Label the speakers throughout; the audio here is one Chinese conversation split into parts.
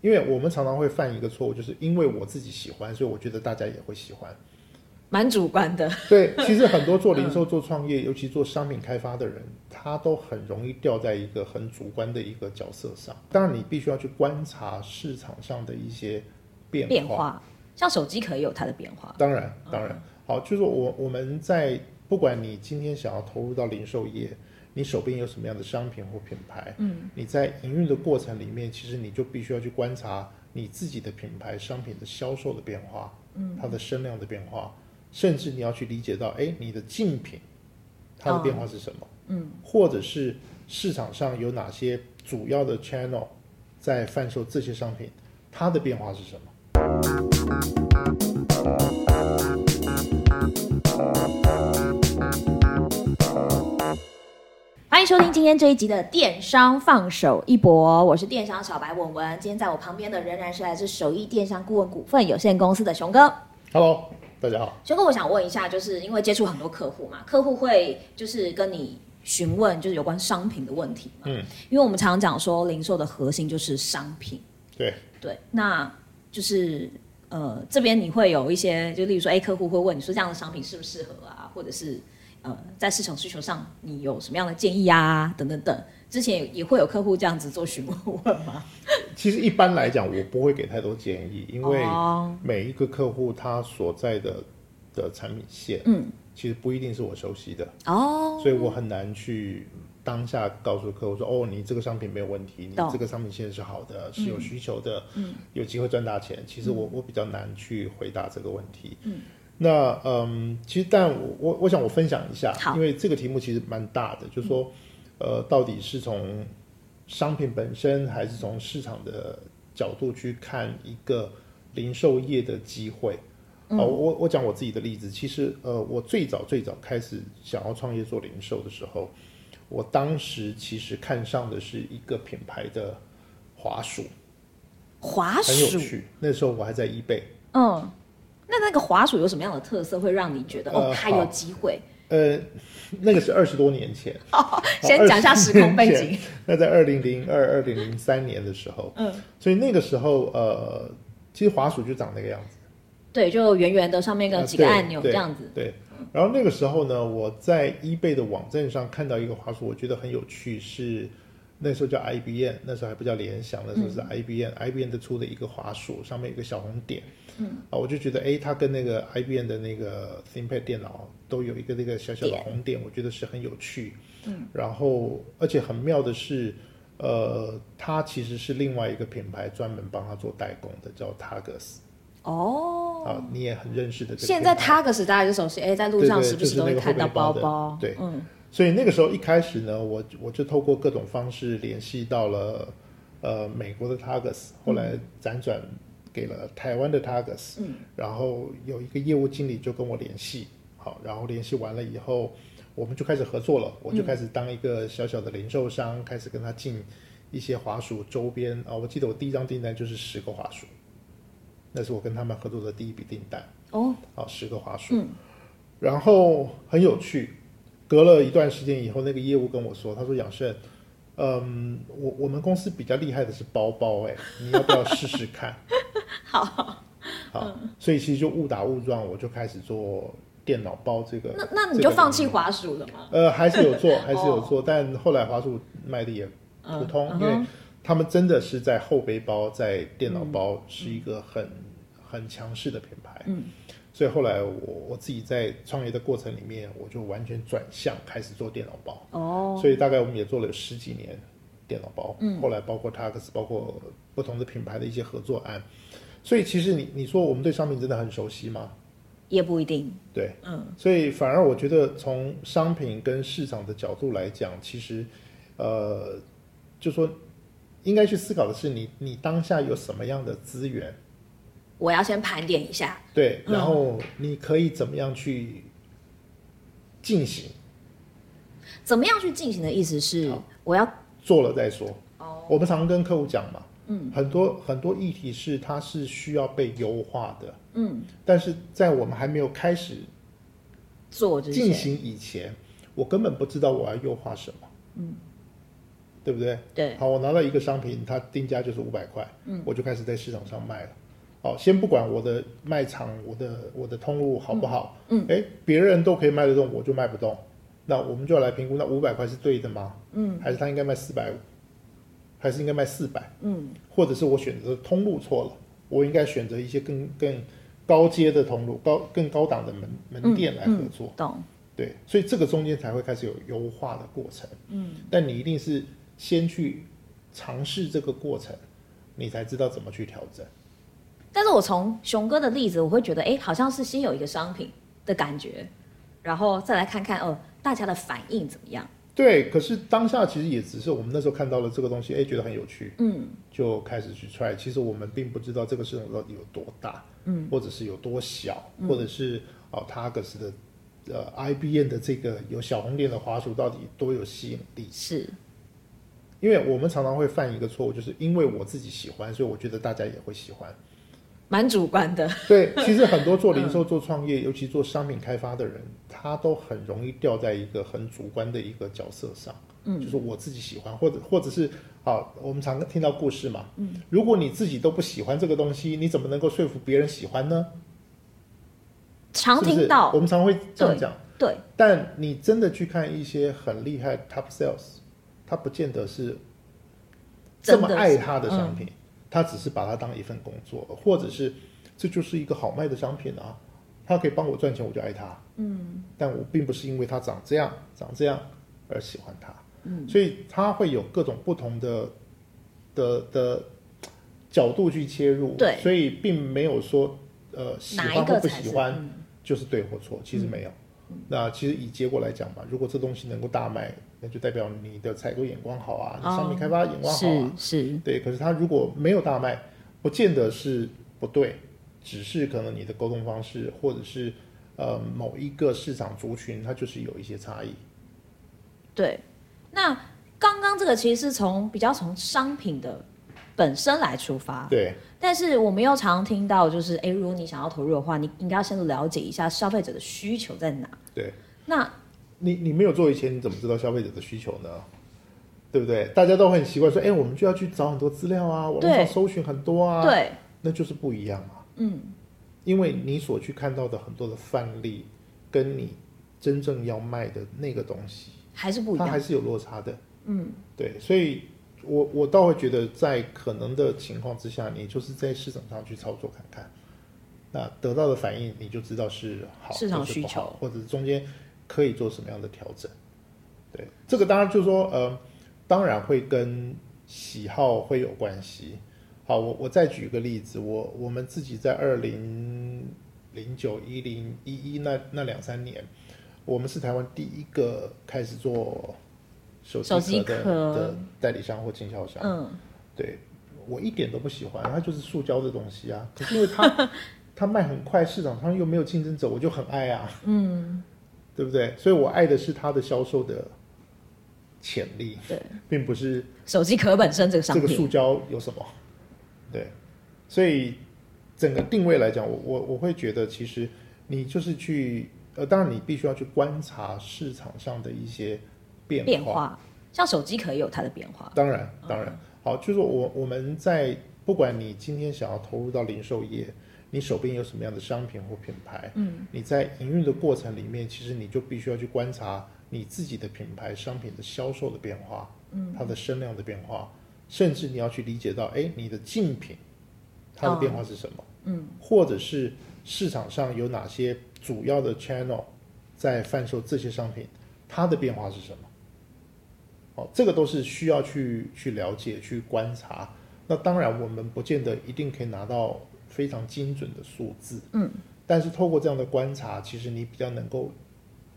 Speaker 1: 因为我们常常会犯一个错误，就是因为我自己喜欢，所以我觉得大家也会喜欢。
Speaker 2: 蛮主观的，
Speaker 1: 对，其实很多做零售、做创业，尤其做商品开发的人，他都很容易掉在一个很主观的一个角色上。当然，你必须要去观察市场上的一些变化。
Speaker 2: 变化，像手机壳也有它的变化，
Speaker 1: 当然，当然，好，就是我我们在不管你今天想要投入到零售业，你手边有什么样的商品或品牌，嗯，你在营运的过程里面，其实你就必须要去观察你自己的品牌商品的销售的变化，嗯，它的声量的变化，甚至你要去理解到，哎，你的竞品它的变化是什么，嗯，或者是市场上有哪些主要的 channel 在贩售这些商品，它的变化是什么。
Speaker 2: 欢迎收听今天这一集的电商放手一搏，我是电商小白文文。今天在我旁边的仍然是来自首义电商顾问股份有限公司的熊哥。
Speaker 1: Hello，大家好。
Speaker 2: 熊哥，我想问一下，就是因为接触很多客户嘛，客户会就是跟你询问就是有关商品的问题嘛。
Speaker 1: 嗯，
Speaker 2: 因为我们常常讲说，零售的核心就是商品。
Speaker 1: 对，
Speaker 2: 对，那就是呃，这边你会有一些，就例如说，哎，客户会问你说这样的商品适不适合啊，或者是呃，在市场需求上你有什么样的建议啊，等等等。之前也也会有客户这样子做询问吗？
Speaker 1: 其实一般来讲，我不会给太多建议，因为
Speaker 2: 哦
Speaker 1: 每一个客户他所在的的产品线，
Speaker 2: 嗯，
Speaker 1: 其实不一定是我熟悉的，
Speaker 2: 哦，
Speaker 1: 所以我很难去当下告诉客户说，哦，你这个商品没有问题，你
Speaker 2: 懂
Speaker 1: 这个商品线是好的，是有需求的，嗯，有机会赚大钱。其实我我比较难去回答这个问题，嗯。那嗯，其实但我我我想我分享一下，
Speaker 2: 好
Speaker 1: 因为这个题目其实蛮大的，就是说，呃，到底是从商品本身，还是从市场的角度去看一个零售业的机会。啊、
Speaker 2: 嗯
Speaker 1: 我我我讲我自己的例子，其实呃，我最早最早开始想要创业做零售的时候，我当时其实看上的是一个品牌的滑鼠，
Speaker 2: 滑
Speaker 1: 很有
Speaker 2: 鼠，
Speaker 1: 趣。那时候我还在 eBay，
Speaker 2: 嗯，那那个滑鼠有什么样的特色会让你觉得哦
Speaker 1: 呃，
Speaker 2: 它
Speaker 1: 好
Speaker 2: 有机会？
Speaker 1: 呃，那个是二十多年前，
Speaker 2: 哦
Speaker 1: 哦
Speaker 2: 先讲一下时空背景，
Speaker 1: 那在二零零二、二零零三年的时候，
Speaker 2: 嗯，
Speaker 1: 所以那个时候呃，其实滑鼠就长那个样子。
Speaker 2: 对，就圆圆的上面
Speaker 1: 呃
Speaker 2: 跟几个
Speaker 1: 对
Speaker 2: 按钮
Speaker 1: 对
Speaker 2: 这样子，
Speaker 1: 对，然后那个时候呢，我在 eBay 的网站上看到一个滑鼠，我觉得很有趣，是那时候叫 IBM，那时候还不叫联想，那时候
Speaker 2: 嗯
Speaker 1: 是 IBM，IBM 的出的一个滑鼠，上面有一个小红点，嗯，啊，我就觉得哎，它跟那个 IBM 的那个 ThinkPad 电脑都有一个那个小小的
Speaker 2: 点
Speaker 1: 红点，我觉得是很有趣，嗯，然后而且很妙的是。呃，它其实是另外一个品牌专门帮它做代工的，叫 Tagus
Speaker 2: 哦。
Speaker 1: 啊，你也很认识的这个品牌。
Speaker 2: 现在 t a g s 大家就熟悉，哎，在路上
Speaker 1: 对对
Speaker 2: 时不时
Speaker 1: 就是
Speaker 2: 都
Speaker 1: 那
Speaker 2: 会
Speaker 1: 个
Speaker 2: 看到包
Speaker 1: 后背
Speaker 2: 包
Speaker 1: 包，的对
Speaker 2: 嗯，
Speaker 1: 所以那个时候一开始呢，我我就透过各种方式联系到了呃美国的 Targus，后来辗转给了台湾的 Targus，、嗯、然后有一个业务经理就跟我联系，好，然后联系完了以后，我们就开始合作了，我就开始当一个小小的零售商，开始跟他进一些滑鼠周边啊、我记得我第一张订单就是十个滑鼠，那是我跟他们合作的第一笔订单。
Speaker 2: 哦，
Speaker 1: 啊，十个滑鼠，
Speaker 2: 嗯
Speaker 1: 然后很有趣。隔了一段时间以后，那个业务跟我说，他说养生，嗯，我我们公司比较厉害的是包包、哎，你要不要试试看？
Speaker 3: 哦
Speaker 2: 好，
Speaker 1: 好，
Speaker 2: 嗯
Speaker 1: 所以其实就误打误撞，我就开始做电脑包这个。
Speaker 2: 那那
Speaker 1: 这
Speaker 2: 你
Speaker 1: 个
Speaker 2: 就
Speaker 1: 领
Speaker 2: 放
Speaker 1: 域
Speaker 2: 弃滑鼠了吗？
Speaker 1: 呃，还是有做，还是有做，但后来华数卖的也普通，
Speaker 2: 哦嗯嗯哼
Speaker 1: 因为他们真的是在后背包、在电脑包是一个很、很强势的品牌。
Speaker 2: 嗯，
Speaker 1: 所以后来我我自己在创业的过程里面，我就完全转向开始做电脑包，
Speaker 2: 哦，
Speaker 1: 所以大概我们也做了有十几年电脑包。嗯，后来包括 Tux，包括不同的品牌的一些合作案。所以其实你你说我们对商品真的很熟悉吗？
Speaker 2: 也不一定，
Speaker 1: 对，
Speaker 2: 嗯，
Speaker 1: 所以反而我觉得从商品跟市场的角度来讲，其实，呃，就说应该去思考的是你你当下有什么样的资源，
Speaker 2: 我要先盘点一下，
Speaker 1: 对，
Speaker 2: 嗯
Speaker 1: 然后你可以怎么样去进行，
Speaker 2: 怎么样去进行的意思是
Speaker 1: 好
Speaker 2: 我要
Speaker 1: 做了再说。
Speaker 2: 哦，
Speaker 1: 我们常跟客户讲嘛，嗯，很多很多议题是它是需要被优化的，
Speaker 2: 嗯，
Speaker 1: 但是在我们还没有开始
Speaker 2: 做这
Speaker 1: 进
Speaker 2: 些，
Speaker 1: 行以前，我根本不知道我要优化什么，嗯，对对不对？
Speaker 3: 对，
Speaker 1: 好，我拿到一个商品，它定价就是五百块，嗯，我就开始在市场上卖了。哦，先不管我的卖场、我的我的通路好不好，嗯，哎、别人都可以卖得动，我就卖不动。那我们就要来评估，那五百块是对的吗？嗯，还是他应该卖四百五，还是应该卖四百？嗯，或者是我选择通路错了，我应该选择一些更更高阶的通路、高更高档的门门店来合
Speaker 3: 嗯
Speaker 1: 作。
Speaker 3: 懂，
Speaker 1: 对，所以这个中间才会开始有优化的过程。嗯，但你一定是先去尝试这个过程，你才知道怎么去调整。
Speaker 3: 但是我从熊哥的例子，我会觉得，哎，好像是先有一个商品的感觉，然后再来看看，哦，大家的反应怎么样？
Speaker 1: 对，可是当下其实也只是我们那时候看到了这个东西，哎，觉得很有趣，
Speaker 3: 嗯，
Speaker 1: 就开始去 try。其实我们并不知道这个市场到底有多大，嗯，或者是有多小，或者是哦 Targus 的呃 IBM 的这个有小红点的滑鼠到底多有吸引力。
Speaker 3: 是，
Speaker 1: 因为我们常常会犯一个错误，就是因为我自己喜欢，所以我觉得大家也会喜欢。
Speaker 3: 蛮主观的，
Speaker 1: 对，其实很多
Speaker 3: 嗯
Speaker 1: 做零售、做创业，尤其做商品开发的人，他都很容易掉在一个很主观的一个角色上。嗯，就是我自己喜欢，或者或者是好，我们常听到故事嘛。嗯，如果你自己都不喜欢这个东西，你怎么能够说服别人喜欢呢？
Speaker 3: 常
Speaker 1: 是不是
Speaker 3: 听到，
Speaker 1: 我们常会这样讲。
Speaker 3: 对，
Speaker 1: 但你真的去看一些很厉害的 top sales，他不见得是这
Speaker 3: 真
Speaker 1: 么
Speaker 3: 的
Speaker 1: 爱
Speaker 3: 是嗯
Speaker 1: 他的商品，他只是把它当一份工作，或者是这就是一个好卖的商品啊，它可以帮我赚钱，我就爱它。嗯，但我并不是因为它长这样、长这样而喜欢它。嗯，所以它会有各种不同的的的角度去切入。
Speaker 3: 对
Speaker 1: 所以并没有说呃喜
Speaker 3: 哪一
Speaker 1: 欢
Speaker 3: 个
Speaker 1: 或不
Speaker 3: 才
Speaker 1: 喜
Speaker 3: 是？
Speaker 1: 欢。
Speaker 3: 嗯
Speaker 1: 就是对或错，其实没有。那其实以结果来讲嘛，如果这东西能够大卖，那就代表你的采购眼光好啊，你商品开发眼光好啊。
Speaker 3: 哦是是，
Speaker 1: 对，可是它如果没有大卖，不见得是不对，只是可能你的沟通方式或者是呃某一个市场族群，它就是有一些差异。
Speaker 3: 对。那刚刚这个其实是从比较从商品的本身来出发，
Speaker 1: 对，
Speaker 3: 但是我们又常听到，就是诶，如果你想要投入的话，你应该要先了解一下消费者的需求在哪。
Speaker 1: 对
Speaker 3: 那
Speaker 1: 你你没有做以前，你怎么知道消费者的需求呢？对不对？大家都很习惯说，哎，我们就要去找很多资料啊，网络
Speaker 3: 对
Speaker 1: 上搜寻很多啊，
Speaker 3: 对，
Speaker 1: 那就是不一样嘛。嗯，因为你所去看到的很多的范例，跟你真正要卖的那个东西，
Speaker 3: 还是不一
Speaker 1: 它
Speaker 3: 样。
Speaker 1: 还是有落差的。嗯，对，所以我我倒会觉得，在可能的情况之下，你就是在市场上去操作看看，那得到的反应你就知道是好
Speaker 3: 市场
Speaker 1: 或是不
Speaker 3: 需求
Speaker 1: 好，或者是中间可以做什么样的调整。对，这个当然就是说，呃，当然会跟喜好会有关系。好，我我再举一个例子，我我们自己在二零零九一零一一那那两三年，我们是台湾第一个开始做手
Speaker 3: 手机
Speaker 1: 机壳的
Speaker 3: 壳
Speaker 1: 的代理商或经销商。
Speaker 3: 嗯，
Speaker 1: 对我一点都不喜欢，它就是塑胶的东西啊。可是因为 它它卖很快，市场上又没有竞争者，我就很爱啊。嗯，对不对？所以我爱的是它的销售的潜力，
Speaker 3: 对，
Speaker 1: 并不是
Speaker 3: 手机壳本身这个商
Speaker 1: 这个
Speaker 3: 品，
Speaker 1: 塑胶有什么？对，所以整个定位来讲，我我我会觉得，其实你就是去呃，当然你必须要去观察市场上的一些变
Speaker 3: 变化，像手机壳也有它的变化。
Speaker 1: 当然，当然，好，就是我我们在不管你今天想要投入到零售业，你手边有什么样的商品或品牌，嗯，你在营运的过程里面，其实你就必须要去观察你自己的品牌商品的销售的变化，嗯，它的声量的变化，甚至你要去理解到，哎，你的竞品它的变化是什么，嗯，或者是市场上有哪些主要的 channel 在贩售这些商品，它的变化是什么。哦，这个都是需要去去了解、去观察。那当然，我们不见得一定可以拿到非常精准的数字，
Speaker 3: 嗯，
Speaker 1: 但是透过这样的观察，其实你比较能够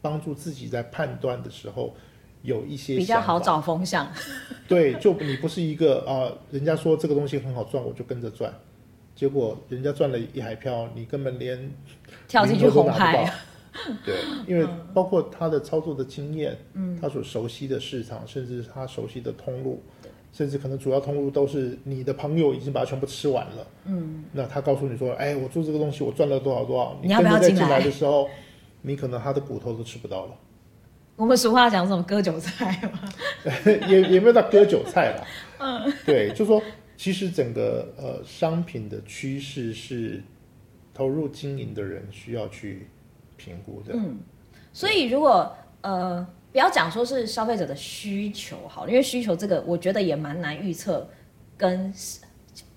Speaker 1: 帮助自己在判断的时候有一些
Speaker 3: 比较好
Speaker 1: 想法。
Speaker 3: 找风向，
Speaker 1: 对，就你不是一个啊、人家说这个东西很好赚，我就跟着赚，结果人家赚了一海票，你根本连
Speaker 3: 跳进去
Speaker 1: 零头都
Speaker 3: 红
Speaker 1: 拿不
Speaker 3: 海嗯
Speaker 1: 到，。 对，因为包括他的操作的经验，嗯，他所熟悉的市场，甚至他熟悉的通路，甚至可能主要通路都是你的朋友已经把它全部吃完了，嗯，那他告诉你说，哎，我做这个东西我赚了多少多少，
Speaker 3: 你要不要
Speaker 1: 跟着再
Speaker 3: 进
Speaker 1: 进
Speaker 3: 来
Speaker 1: 的时候，你可能他的骨头都吃不到了，
Speaker 2: 我们俗话讲什么割韭菜嘛，
Speaker 1: 也也没有到割韭菜啦。嗯，对，就说其实整个呃商品的趋势是投入经营的人需要去评估的。
Speaker 2: 所以如果呃不要讲说是消费者的需求好了，因为需求这个我觉得也蛮难预测跟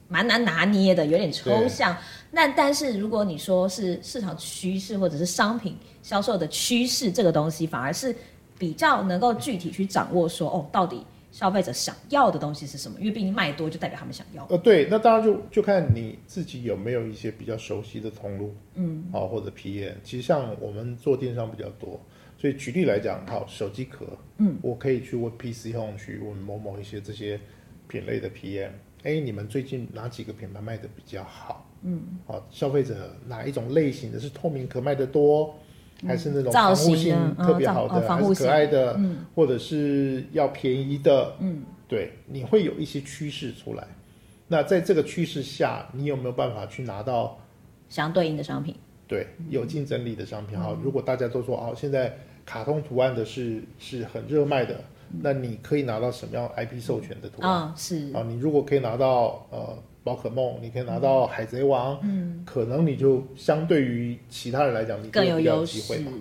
Speaker 2: 蛮难拿捏的，有点抽
Speaker 1: 对
Speaker 2: 象。那但是如果你说是市场趋势或者是商品销售的趋势这个东西，反而是比较能够具体去掌握说哦到底。消费者想要的东西是什么？因为毕竟卖多就代表他们想要。
Speaker 1: 呃，对，那当然就就看你自己有没有一些比较熟悉的通路，嗯，好、或者 PM。其实像我们做电商比较多，所以举例来讲，好，手机壳，嗯，我可以去问 PC Home 去问某某一些这些品类的 PM，哎，你们最近哪几个品牌卖的比较好？嗯，好、消费者哪一种类型的是透明壳卖的多？还是那种
Speaker 2: 嗯造
Speaker 1: 防护
Speaker 2: 型
Speaker 1: 性
Speaker 2: 的
Speaker 1: 特别
Speaker 2: 嗯造
Speaker 1: 好的，
Speaker 2: 哦防
Speaker 1: 还
Speaker 2: 护
Speaker 1: 是
Speaker 2: 性嗯
Speaker 1: 可爱的，或者是要便宜的，嗯，对，你会有一些趋势出来。那在这个趋势下，你有没有办法去拿到
Speaker 2: 相对应的商品。
Speaker 1: 对
Speaker 2: 嗯
Speaker 1: 有竞争力的商品？好，如果大家都说哦，现在卡通图案的是是很热卖的，
Speaker 2: 嗯
Speaker 1: 那你可以拿到什么样 IP 授权的图案？
Speaker 2: 啊、是
Speaker 1: 啊，你如果可以拿到呃宝可梦，你可以拿到海贼王，嗯，可能你就相对于其他人来讲，你就
Speaker 2: 更有
Speaker 1: 比较
Speaker 2: 优
Speaker 1: 机
Speaker 2: 势
Speaker 1: 会。嘛。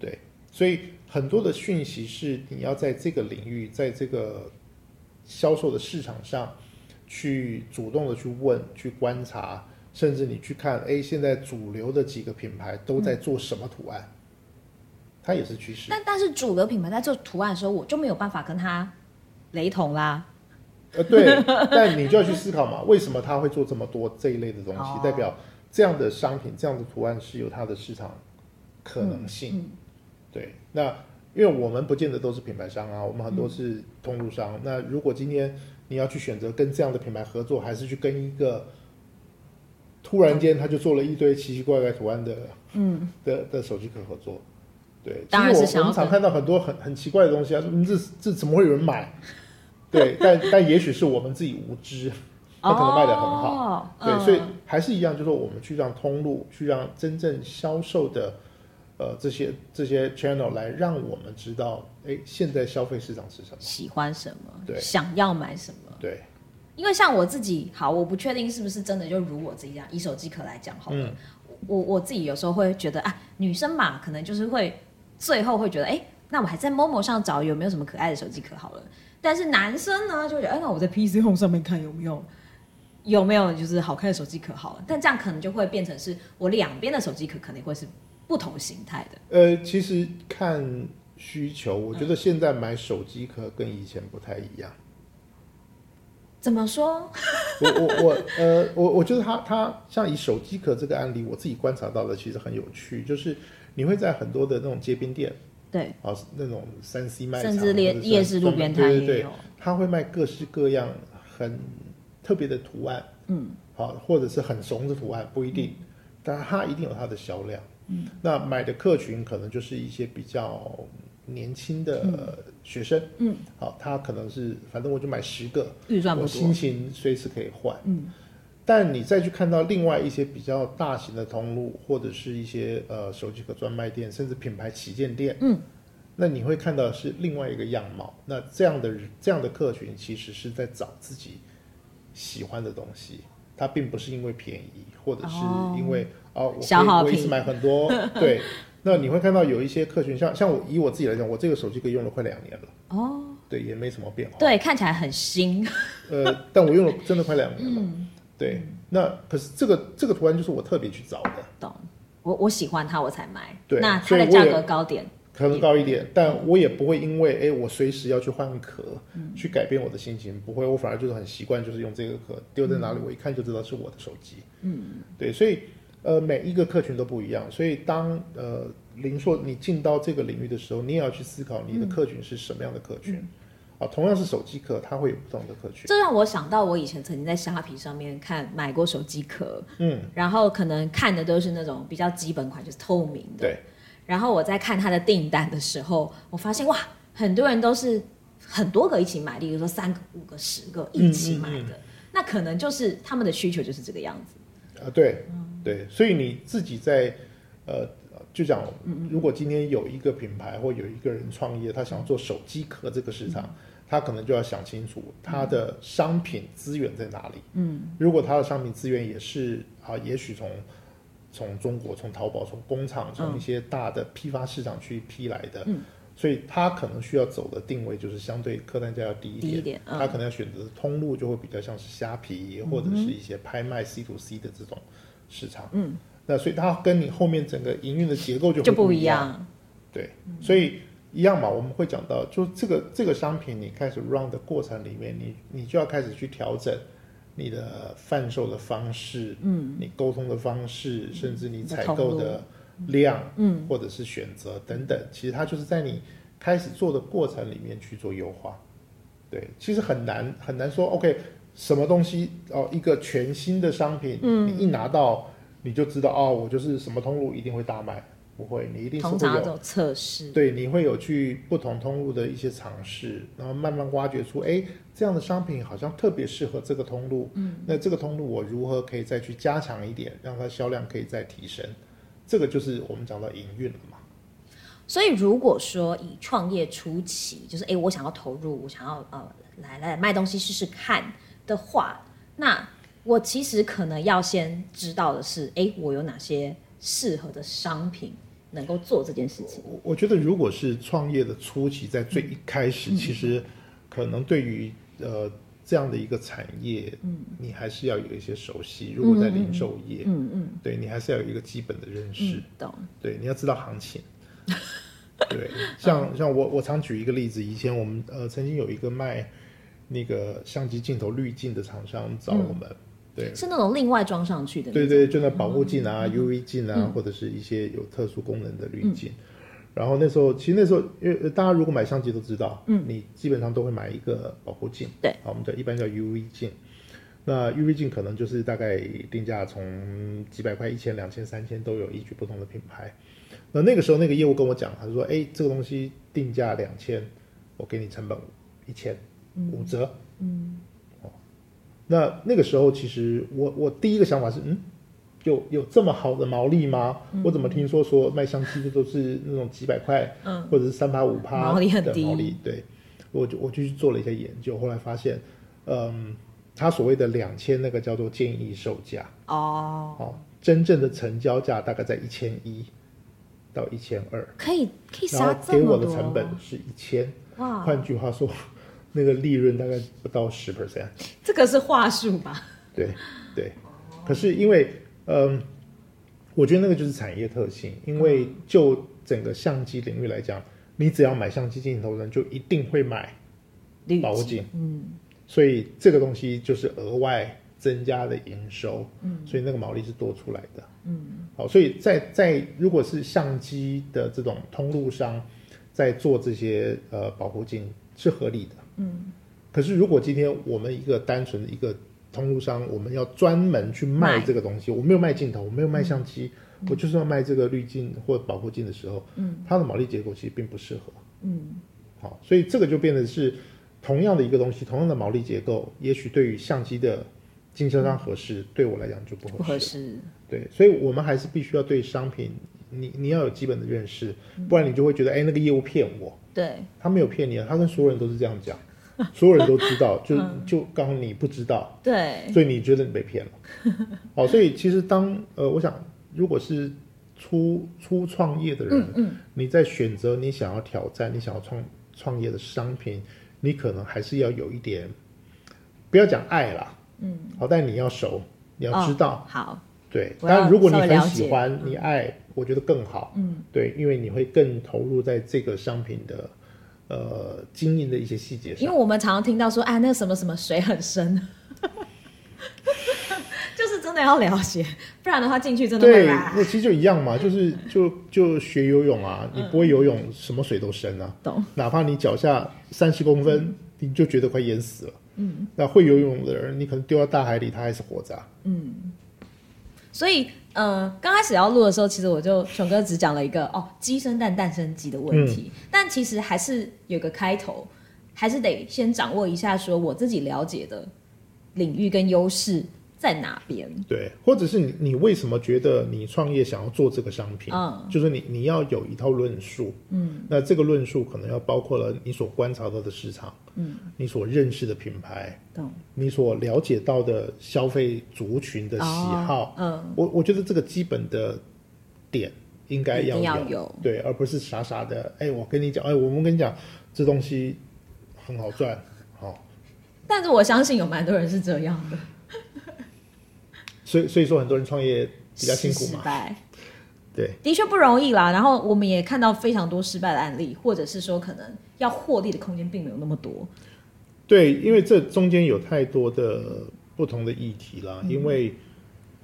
Speaker 1: 对，所以很多的讯息是你要在这个领域，在这个销售的市场上去主动的去问、去观察，甚至你去看，哎，现在主流的几个品牌都
Speaker 2: 嗯
Speaker 1: 在做什么图案，它也是趋势。
Speaker 2: 但但是主流品牌在做图案的时候，我就没有办法跟它雷同啦。
Speaker 1: 呃， 对，但你就要去思考嘛，为什么他会做这么多这一类的东西？
Speaker 2: 哦
Speaker 1: 代表这样的商品、这样的图案是有它的市场可能
Speaker 2: 嗯
Speaker 1: 性。对，那因为我们不见得都是品牌商啊，我们很
Speaker 2: 嗯
Speaker 1: 多是通路商。那如果今天你要去选择跟这样的品牌合作，还是去跟一个突然间他就做了一堆奇奇怪怪图案的，嗯， 的的手机壳合作？对，
Speaker 2: 当然
Speaker 1: 其实
Speaker 2: 是想
Speaker 1: 我
Speaker 2: 要
Speaker 1: 我们常
Speaker 2: 跟
Speaker 1: 看到很多很很奇怪的东西啊，说嗯这这怎么会有人买？ 对，但但也许是我们自己无知，它可能卖的很好。
Speaker 2: 好
Speaker 1: 对，所以还是一样，就是说我们去让通路，去让真正销售的呃这些这些 channel 来让我们知道，哎，现在消费市场是什么？
Speaker 2: 喜欢什么，
Speaker 1: 对
Speaker 2: 想要买什么。
Speaker 1: 对，
Speaker 2: 因为像我自己，好，我不确定是不是真的就如我自己这样，以手机壳来讲好了，
Speaker 1: 嗯
Speaker 2: 我我自己有时候会觉得，啊，女生嘛，可能就是会最后会觉得，哎、那我还在 Momo 上找有没有什么可爱的手机壳好了。但是男生呢，就会觉得，哎、那我在 PC Home 上面看有没有有没有就是好看的手机壳好了。但这样可能就会变成是我两边的手机壳可能会是不同形态的。
Speaker 1: 呃，其实看需求，我觉得现在买手机壳跟以前不太一样。
Speaker 2: 怎么说？
Speaker 1: 我我我呃，我我觉得他他像以手机壳这个案例，我自己观察到的其实很有趣，就是你会在很多的那种街边店
Speaker 2: 对，
Speaker 1: 啊，那种三 C 卖场，
Speaker 2: 甚至连
Speaker 1: 或者是
Speaker 2: 夜市路
Speaker 1: 专
Speaker 2: 边
Speaker 1: 门
Speaker 2: 摊
Speaker 1: 对
Speaker 2: 也有。
Speaker 1: 对对，他会卖各式各样很特别的图案，嗯，好，或者是很怂的图案，不一定，
Speaker 2: 嗯
Speaker 1: 但它一定有它的销量。嗯，那买的客群可能就是一些比较年轻的学生，嗯，好，他可能是反正我就买十个，
Speaker 2: 预算不
Speaker 1: 我
Speaker 2: 多
Speaker 1: 心情随时可以换，嗯。但你再去看到另外一些比较大型的通路，或者是一些呃手机壳专卖店，甚至品牌旗舰店，嗯，那你会看到的是另外一个样貌。那这样的人这样的客群其实是在找自己喜欢的东西，它并不是因为便宜，或者是因为哦，我
Speaker 2: 消
Speaker 1: 可以
Speaker 2: 耗
Speaker 1: 我一
Speaker 2: 品
Speaker 1: 次买很 多，对。那你会看到有一些客群，像像我以我自己来讲，我这个手机壳用了快两年了，
Speaker 2: 哦，
Speaker 1: 对，也没什么变化。
Speaker 2: 对，看起来很新。
Speaker 1: 呃，但我用了真的快两年了。对，那可是这个这个图案就是我特别去找的，
Speaker 2: 懂，我我喜欢它我才买。
Speaker 1: 对
Speaker 2: 那它
Speaker 1: 所以
Speaker 2: 的
Speaker 1: 我
Speaker 2: 价
Speaker 1: 也
Speaker 2: 格高点，
Speaker 1: 可能高一点，但我也不会因为哎，我随时要去换壳、去改变我的心情，不会，我反而就是很习惯，就是用这个壳丢在哪里，我一看就知道是我的手机。嗯，对，所以呃，每一个客群都不一样，所以当呃零售你进到这个领域的时候，你也要去思考你的客群是什么样的客群。啊，同样是手机壳，它会有不同的客群。
Speaker 2: 这让我想到我以前曾经在虾皮上面看买过手机壳，
Speaker 1: 嗯，
Speaker 2: 然后可能看的都是那种比较基本款，就是透明的。
Speaker 1: 对，
Speaker 2: 然后我在看它的订单的时候，我发现哇，很多人都是很多个一起买，例如说三个、五个、十个一
Speaker 1: 嗯
Speaker 2: 起买的，那可能就是
Speaker 1: 嗯
Speaker 2: 他们的需求就是这个样子。
Speaker 1: 啊，对，对，所以你自己在呃就讲，如果今天有一个品牌或有一个人创业，他想要做手机壳这个市场，他可能就要想清楚他的商品资源在哪里。嗯，如果他的商品资源也是啊，也许从从中国、从淘宝、从工厂、从一些大的批发市场去批来的，所以他可能需要走的定位就是相对客单价要低一
Speaker 3: 低
Speaker 1: 点。
Speaker 3: 一点，嗯
Speaker 1: 他可能要选择的通路就会比较像是虾皮或者是一些拍卖 C to C 的这种市场。嗯，那所以它跟你后面整个营运的结构就
Speaker 3: 就
Speaker 1: 会不
Speaker 3: 不一
Speaker 1: 样。
Speaker 3: 样。
Speaker 1: 对，所以一样嘛，我们会讲到，就这个这个商品你开始 run 的过程里面，你你就要开始去调整你的贩售的方式，嗯，你沟通的方式，甚至你采购的量，嗯，或者是选择等等，其实它就是在你开始做的过程里面去做优化。对，其实很难很难说 OK，什么东西哦，一个全新的商品，嗯，你一拿到你就知道哦，我就是什么通路一定会大卖。不会，你一定是会
Speaker 3: 通常
Speaker 1: 有
Speaker 3: 要做测试，
Speaker 1: 对，你会有去不同通路的一些尝试，然后慢慢挖掘出，哎，这样的商品好像特别适合这个通路，嗯，那这个通路我如何可以再去加强一点，让它销量可以再提升？这个就是我们讲到营运了嘛，
Speaker 3: 所以如果说以创业初期，就是诶，我想要投入，我想要呃来来卖东西试试看的话，那我其实可能要先知道的是，诶，我有哪些适合的商品能够做这件事情。
Speaker 1: 我我觉得，如果是创业的初期，在最一开始，其实可能对于呃这样的一个产业，嗯，你还是要有一些熟悉。如果在零售业，嗯嗯，对你还是要有一个基本的认识。
Speaker 3: 嗯，懂。
Speaker 1: 对，你要知道行情。对，像像我我常举一个例子，以前我们呃曾经有一个卖那个相机镜头滤镜的厂商找我们，对
Speaker 3: 是那种嗯另外装上去的。
Speaker 1: 对。对，就那保护镜啊、UV 镜啊，或者是一些有特殊功能的滤镜。
Speaker 3: 嗯
Speaker 1: 然后那时候，其实那时候，因为呃大家如果买相机都知道，嗯，你基本上都会买一个保护镜，
Speaker 3: 对
Speaker 1: 好，我们叫一般叫 UV 镜。那 UV 镜可能就是大概定价从几百块、一千、两千、三千都有，依据不同的品牌。那那个时候那个业务跟我讲，他说：“哎，这个东西定价两千，我给你成本一千，五折。”嗯，那那个时候其实我我第一个想法是，嗯，有有这么好的毛利吗？
Speaker 3: 嗯
Speaker 1: 我怎么听说说卖相机的都是那种几百块，嗯，或者是三趴五趴
Speaker 3: 毛利很
Speaker 1: 的
Speaker 3: 低
Speaker 1: 毛利？对，我就我就去做了一些研究，后来发现，嗯，他所谓的两千那个叫做建议售价，
Speaker 3: 哦，
Speaker 1: 哦，真正的成交价大概在一千一到一千二，
Speaker 3: 可以可以
Speaker 1: 然
Speaker 3: 杀
Speaker 1: 后
Speaker 3: 这
Speaker 1: 给我
Speaker 3: 么
Speaker 1: 的
Speaker 3: 多。
Speaker 1: 成本是一千，
Speaker 2: 啊
Speaker 3: 哇，
Speaker 1: 换句话说，那个利润大概不到十 percent。
Speaker 3: 这个是话术吧？
Speaker 1: 对对，可是因为嗯，我觉得那个就是产业特性，因为就整个相机领域来讲，你只要买相机镜头的人，就一定会买
Speaker 3: 滤
Speaker 1: 保护
Speaker 3: 镜
Speaker 1: 镜，嗯，所以这个东西就是额外增加的营收，嗯，所以那个毛利是多出来的，嗯，好，所以在在如果是相机的这种通路商在做这些呃保护镜是合理的，嗯，可是如果今天我们一个单纯的一个通路商，我们要专门去卖
Speaker 3: 卖
Speaker 1: 这个东西，我没有卖镜头，我没有卖相机，我就是要卖这个滤镜或保护镜的时候，嗯，它的毛利结构其实并不适合，好，所以这个就变得是同样的一个东西，同样的毛利结构，也许对于相机的经销商合适，对我来讲就不合
Speaker 3: 不
Speaker 1: 适。
Speaker 3: 合适。
Speaker 1: 对，所以我们还是必须要对商品，你你要有基本的认识，不然你就会觉得，哎，那个业务骗我，
Speaker 3: 对，
Speaker 1: 他没有骗你啊，他跟所有人都是这样讲，所有人都知道，就
Speaker 3: 嗯
Speaker 1: 就告诉你不知道，
Speaker 3: 对，
Speaker 1: 所以你觉得你 被骗了。好，所以其实当呃，我想，如果是初初创业的人，
Speaker 3: 嗯
Speaker 1: 你在选择你想要挑战、你想要创创业的商品，你可能还是要有一点，不要讲爱啦，嗯，好，但你要熟，你要知道，
Speaker 3: 哦好，
Speaker 1: 对。
Speaker 3: 我要
Speaker 1: 但如果你
Speaker 3: 稍微
Speaker 1: 很
Speaker 3: 了解
Speaker 1: 喜欢，你爱，我觉得更好，嗯，对，因为你会更投入在这个商品的呃经营的一些细节上
Speaker 3: 因。为我们常常听到说，哎，那个什么什么水很深， 就是真的要了解，不然的话进去真的会
Speaker 1: 对，
Speaker 3: 啦。
Speaker 1: 那其实就一样嘛，就是就就学游泳啊，你不会游泳，什么水都深啊，
Speaker 3: 懂？
Speaker 1: 哪怕你脚下三十公分，你就觉得快淹死了。嗯，那会游泳的人，你可能丢到大海里，他还是活着、啊。
Speaker 3: 所以，呃，刚开始要录的时候，其实我就熊哥只讲了一个哦，鸡生蛋，蛋生鸡的问题，
Speaker 1: 嗯
Speaker 3: 但其实还是有个开头，还是得先掌握一下，说我自己了解的领域跟优势
Speaker 2: 在哪边？
Speaker 1: 对，或者是你你为什么觉得你创业想要做这个商品？
Speaker 2: 嗯
Speaker 1: 就是你你要有一套论述，嗯，那这个论述可能要包括了你所观察到的市场，嗯，你所认识的品牌，
Speaker 2: 懂
Speaker 1: 你所了解到的消费族群的喜好，
Speaker 3: 嗯
Speaker 2: 哦
Speaker 1: 我我觉得这个基本的点应该
Speaker 2: 一
Speaker 1: 要
Speaker 2: 定要
Speaker 1: 有，
Speaker 2: 有
Speaker 1: 对，而不是傻傻的，哎，我跟你讲，哎，我们跟你讲，这东西很好赚，好、
Speaker 2: 嗯，但是我相信有蛮多人是这样的，
Speaker 1: 所以所以说很多人创业比较辛苦
Speaker 2: 失
Speaker 1: 嘛，
Speaker 2: 败
Speaker 1: 对。
Speaker 2: 的确不容易啦。然后我们也看到非常多失败的案例，或者是说可能要获利的空间并没有那么多。
Speaker 1: 对，因为这中间有太多的不同的议题啦，
Speaker 2: 嗯
Speaker 1: 因为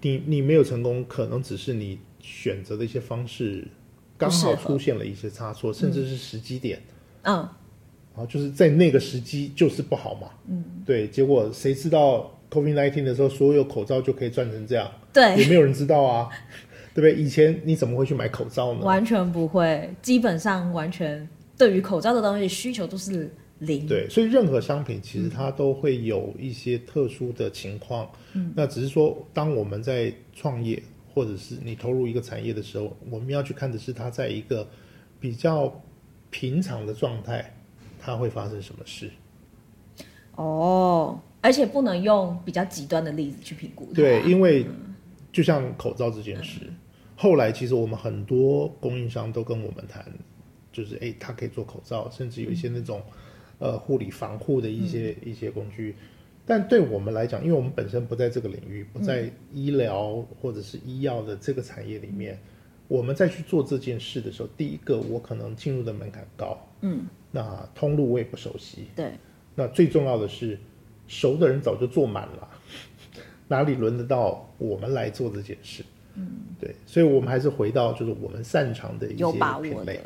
Speaker 1: 你你没有成功，可能只是你选择的一些方式刚好
Speaker 2: 不适合
Speaker 1: 出现了一些差错，甚至是时机点，然
Speaker 2: 嗯，
Speaker 1: 后啊就是在那个时机就是不好嘛。嗯，对，结果谁知道 COVID 1 9的时候，所有口罩就可以赚成这样，也
Speaker 2: 对，
Speaker 1: 没有人知道啊，对不对？以前你怎么会去买口罩呢？
Speaker 2: 完全不会，基本上完全对于口罩的东西需求都是零。
Speaker 1: 对，所以任何商品其实它都会有一些特殊的情况。嗯，那只是说，当我们在创业或者是你投入一个产业的时候，我们要去看的是它在一个比较平常的状态，它会发生什么事。
Speaker 2: 哦，而且不能用比较极端的例子去评估它。
Speaker 1: 对，因为就像口罩这件事，后来其实我们很多供应商都跟我们谈，就是诶，它可以做口罩，甚至有一些那种、呃护理防护的一些、一些工具。但对我们来讲，因为我们本身不在这个领域，不在医疗或者是医药的这个产业里面，我们再去做这件事的时候，第一个我可能进入的门槛高，嗯，那通路我也不熟悉，
Speaker 2: 对，
Speaker 1: 那最重要的是，熟的人早就坐满了，哪里轮得到我们来做这件事？嗯，对，所以我们还是回到就是我们擅长的一些
Speaker 2: 有把
Speaker 1: 品
Speaker 2: 握
Speaker 1: 类
Speaker 2: 的。。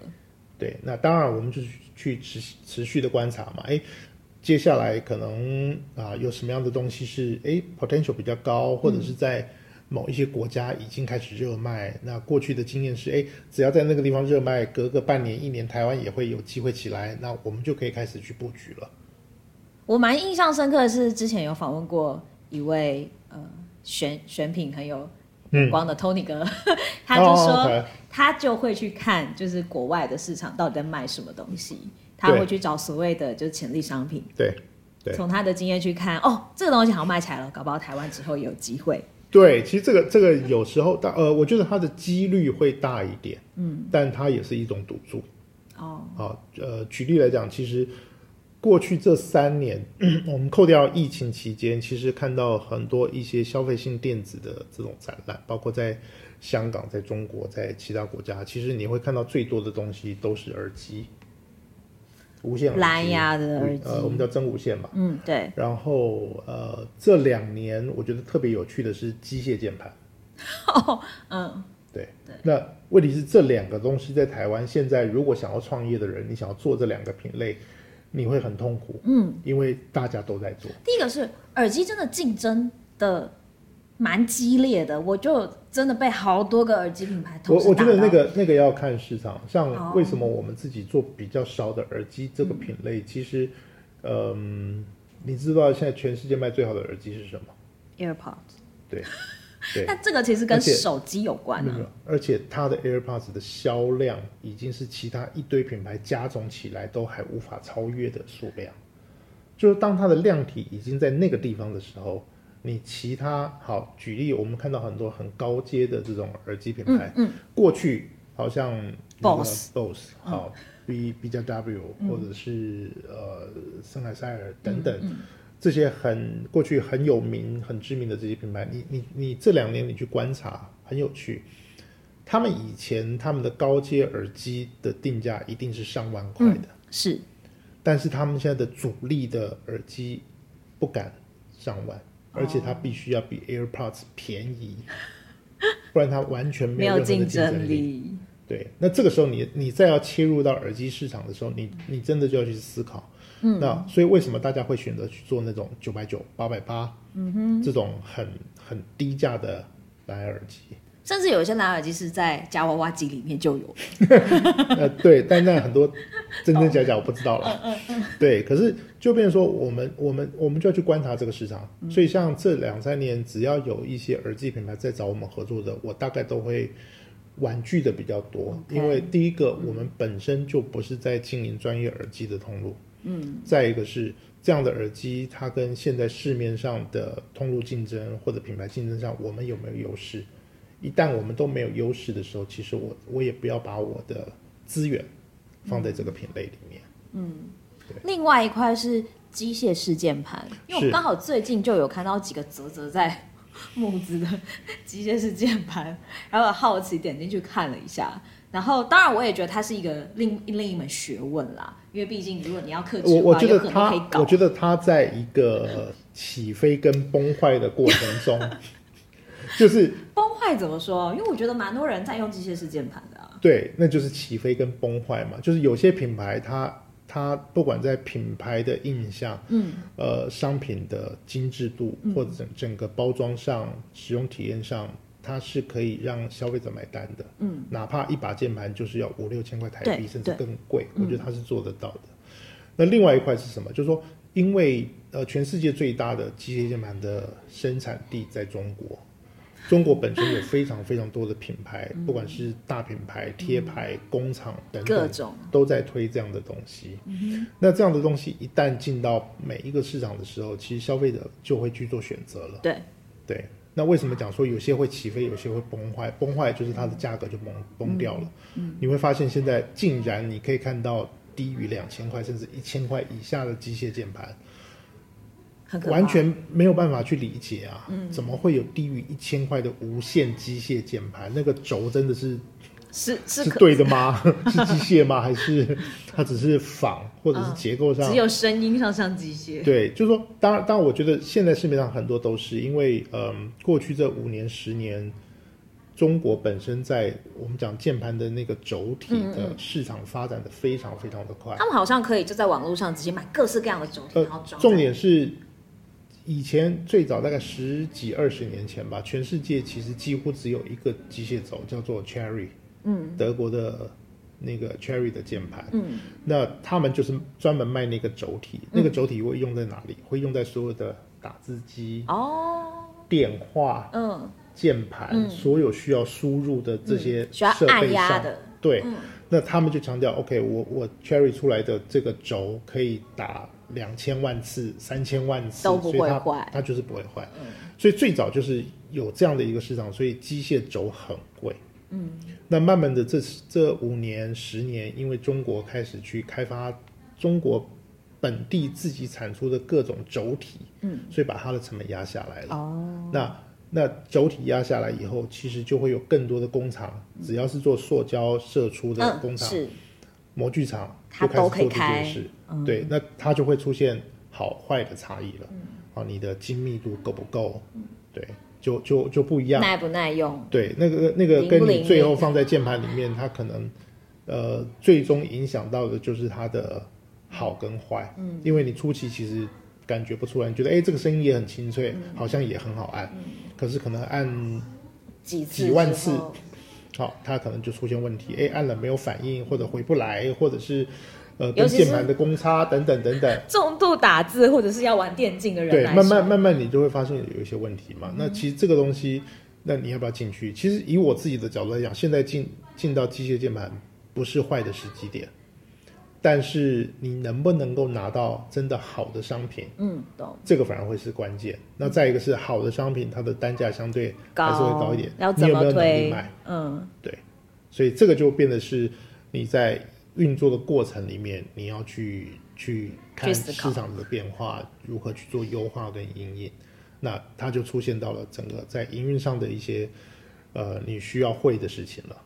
Speaker 1: 对，那当然我们就是去持续持续的观察嘛，诶，接下来可能啊、有什么样的东西是诶 potential 比较高，或
Speaker 2: 嗯
Speaker 1: 者是在某一些国家已经开始热卖。那过去的经验是，诶，只要在那个地方热卖，隔个半年一年，台湾也会有机会起来，那我们就可以开始去布局了。
Speaker 2: 我蛮印象深刻的是，之前有访问过一位呃选选品很有眼光的 Tony 哥， 他就说、
Speaker 1: 嗯哦，OK
Speaker 2: 他就会去看就是国外的市场到底在卖什么东西，他
Speaker 1: 对
Speaker 2: 会去找所谓的就是潜力商品，
Speaker 1: 对对
Speaker 2: 从他的经验去看，哦，这个东西好像卖起来了，搞不好台湾之后也有机会。
Speaker 1: 对，其实这个这个有时候大呃，我觉得它的几率会大一点，嗯，但它也是一种赌注
Speaker 2: 哦，
Speaker 1: 啊。呃，举例来讲，其实过去这三年， 我们扣掉疫情期间，其实看到很多一些消费性电子的这种展览，包括在香港、在中国、在其他国家，其实你会看到最多的东西都是耳机，无线耳机
Speaker 2: 蓝牙的耳机
Speaker 1: 呃，我们叫真无线嘛。
Speaker 2: 嗯，对，
Speaker 1: 然后呃，这两年我觉得特别有趣的是机械键盘。
Speaker 2: 嗯，
Speaker 1: 对，那问题是这两个东西在台湾现在，如果想要创业的人，你想要做这两个品类，你会很痛苦，嗯，因为大家都在做，
Speaker 2: 第一个是耳机真的竞争的蛮激烈的，我就真的被好多个耳机品牌
Speaker 1: 我
Speaker 2: 同时
Speaker 1: 我觉得
Speaker 2: 打到
Speaker 1: 那个那个要看市场，
Speaker 2: 哦
Speaker 1: 像为什么我们自己做比较少的耳机这个品类，其实，嗯，你知道现在全世界卖最好的耳机是什么？
Speaker 2: AirPods。
Speaker 1: 对，对，
Speaker 2: 那这个其实跟
Speaker 1: 而且
Speaker 2: 手机有关
Speaker 1: 没有
Speaker 2: 啊
Speaker 1: 没。有，而且它的 AirPods 的销量已经是其他一堆品牌加总起来都还无法超越的数量。就是当它的量体已经在那个地方的时候，你其他好举例，我们看到很多很高阶的这种耳机品牌，嗯过去好像
Speaker 2: Bose
Speaker 1: BOSS 好、B B 加 W 或者是、呃森海塞尔等等。这些很过去很有名、很知名的这些品牌，你你你这两年你去观察，很有趣。他们以前他们的高阶耳机的定价一定是上万块的，
Speaker 2: 是
Speaker 1: 但是他们现在的主力的耳机不敢上万，而且它必须要比 AirPods 便宜， 不然它完全没
Speaker 2: 没
Speaker 1: 有任
Speaker 2: 有
Speaker 1: 何的
Speaker 2: 竞
Speaker 1: 竞
Speaker 2: 争
Speaker 1: 争力。
Speaker 2: 力。
Speaker 1: 对，那这个时候你你再要切入到耳机市场的时候，你你真的就要去思考。嗯，那所以为什么大家会选择去做那种九百九、八百八，嗯哼，这种很很低价的蓝牙耳机？
Speaker 2: 甚至有一些蓝牙耳机是在夹娃娃机里面就有，
Speaker 1: 呃，对，但那很多真真假假我不知道了。对，可是就变成说我们我们我们就要去观察这个市场。所以像这两三年，只要有一些耳机品牌在找我们合作的，我大概都会婉拒的比较多
Speaker 2: OK
Speaker 1: 因为第一个我们本身就不是在经营专业耳机的通路，嗯，再一个是。这样的耳机，它跟现在市面上的通路竞争或者品牌竞争上，我们有没有优势？一旦我们都没有优势的时候，其实我我也不要把我的资源放在这个品类里面。
Speaker 2: 另外一块是机械式键盘，因为我
Speaker 1: 是
Speaker 2: 刚好最近就有看到几个泽泽在 募资的机械式键盘，然后好奇点进去看了一下。然后，当然我也觉得它是一个另另一门学问啦，因为毕竟如果你要克制
Speaker 1: 我我觉得
Speaker 2: 有可能可以
Speaker 1: 它，
Speaker 2: 搞。
Speaker 1: 我觉得它在一个起飞跟崩坏的过程中， 就是
Speaker 2: 崩坏怎么说？因为我觉得蛮多人在用机械式键盘的、啊。
Speaker 1: 对，那就是起飞跟崩坏嘛。就是有些品牌它。它不管在品牌的印象，嗯，呃，商品的精致度，
Speaker 2: 嗯
Speaker 1: 或者整整个包装上、使用体验上，它是可以让消费者买单的，嗯，哪怕一把键盘就是要五六千块台
Speaker 2: 对
Speaker 1: 币，甚至
Speaker 2: 对
Speaker 1: 更贵，我觉得它是做得到的。那另外一块是什么？就是说，因为呃，全世界最大的机械键盘的生产地在中国，中国本身有非常非常多的品牌，
Speaker 3: 嗯
Speaker 1: 不管是大品牌、贴牌、工厂等
Speaker 3: 各
Speaker 1: 等，
Speaker 3: 种嗯
Speaker 1: 都在推这样的东西。那这样的东西一旦进到每一个市场的时候，其实消费者就会去做选择了。
Speaker 3: 对
Speaker 1: 对，那为什么讲说有些会起飞，有些会崩坏？崩坏就是它的价格就崩崩掉了。
Speaker 3: 嗯
Speaker 1: 你会发现现在竟然你可以看到低于两千块甚至一千块以下的机械键盘，
Speaker 3: 很可怕，嗯
Speaker 1: 完全没有办法去理解啊！怎么会有低于一千块的无线机械键盘？那个轴真的是
Speaker 3: 是是
Speaker 1: 是
Speaker 3: 可
Speaker 1: 对的 吗？是机械吗？还是它只是仿或者是结构上
Speaker 3: 只有声音上像机械，
Speaker 1: 对，就是说，当然，当然，我觉得现在市面上很多都是因为，嗯，过去这五年、十年，中国本身在我们讲键盘的那个轴体
Speaker 3: 嗯
Speaker 1: 的市场发展的非常非常的快。
Speaker 3: 他们好像可以就在网络上直接买各式各样的轴体，然后
Speaker 1: 呃，
Speaker 3: 装。
Speaker 1: 重点是，以前最早大概十几二十年前吧，全世界其实几乎只有一个机械轴，叫做 Cherry，嗯，德国的那个 Cherry 的键盘，嗯，那他们就是专门卖那个轴体，
Speaker 3: 嗯
Speaker 1: 那个轴体会用在哪里？会用在所有的打字机、
Speaker 3: 哦，
Speaker 1: 电话、
Speaker 3: 嗯，
Speaker 1: 键盘、所有需要输入的这些
Speaker 3: 需要
Speaker 1: 设
Speaker 3: 按
Speaker 1: 备
Speaker 3: 压
Speaker 1: 上，
Speaker 3: 的
Speaker 1: 对，那他们就强调，OK，我我 Cherry 出来的这个轴可以打两千万次、三千万次
Speaker 3: 都不会
Speaker 1: 所以它
Speaker 3: 坏嗯
Speaker 1: 它就是不会坏。所以最早就是有这样的一个市场，所以机械轴很贵。嗯，那慢慢的这这五年、十年，因为中国开始去开发中国本地自己产出的各种轴体，嗯，所以把它的成本压下来了。哦，那那轴体压下来以后，其实就会有更多的工厂，只要是做塑胶射出的工
Speaker 3: 嗯，
Speaker 1: 厂、
Speaker 3: 是
Speaker 1: 模具厂，
Speaker 3: 它
Speaker 1: 就开
Speaker 3: 都
Speaker 1: 始
Speaker 3: 可以
Speaker 1: 做这
Speaker 3: 开嗯
Speaker 1: 件事。对，那它就会出现好坏的差异了。
Speaker 3: 嗯
Speaker 1: 啊，你的精密度够不够？对，就就就不一样。
Speaker 3: 耐不耐用，
Speaker 1: 对，那个那个
Speaker 3: 灵不
Speaker 1: 跟
Speaker 3: 灵
Speaker 1: 你最后放在键盘里面，它可能呃最终影响到的就是它的好跟坏。嗯，因为你初期其实感觉不出来，你觉得哎、诶这个声音也很清脆，
Speaker 3: 嗯
Speaker 1: 好像也很好按，可是可能按
Speaker 3: 几次
Speaker 1: 几万
Speaker 3: 之后
Speaker 1: 好，它可能就出现问题，哎、按了没有反应，或者回不来，或者是呃
Speaker 3: 尤
Speaker 1: 跟
Speaker 3: 其是
Speaker 1: 键盘的公差等等等等。
Speaker 2: 重度打字或者是要玩电竞的人
Speaker 1: 对，
Speaker 2: 来
Speaker 1: 慢
Speaker 2: 说嗯
Speaker 1: 慢慢慢你就会发现有一些问题嘛。那其实这个东西，那你要不要进去？其实以我自己的角度来讲，现在进进到机械键盘不是坏的时机点，但是你能不能够拿到真的好的商品，
Speaker 3: 嗯，懂
Speaker 1: 这个反而会是关键。那再一个是好的商品，它的单价相对还
Speaker 3: 高
Speaker 1: 是会高一点，
Speaker 3: 要
Speaker 1: 你
Speaker 3: 怎
Speaker 1: 有没
Speaker 3: 么
Speaker 1: 有能力
Speaker 3: 推
Speaker 1: 买？？
Speaker 3: 嗯，
Speaker 1: 对，所以这个就变得是你在运作的过程里面，你要去去看
Speaker 3: 去思
Speaker 1: 市
Speaker 3: 考
Speaker 1: 场的变化，如何去做优化跟营运。那它就出现到了整个在营运上的一些呃你需要会的事情了。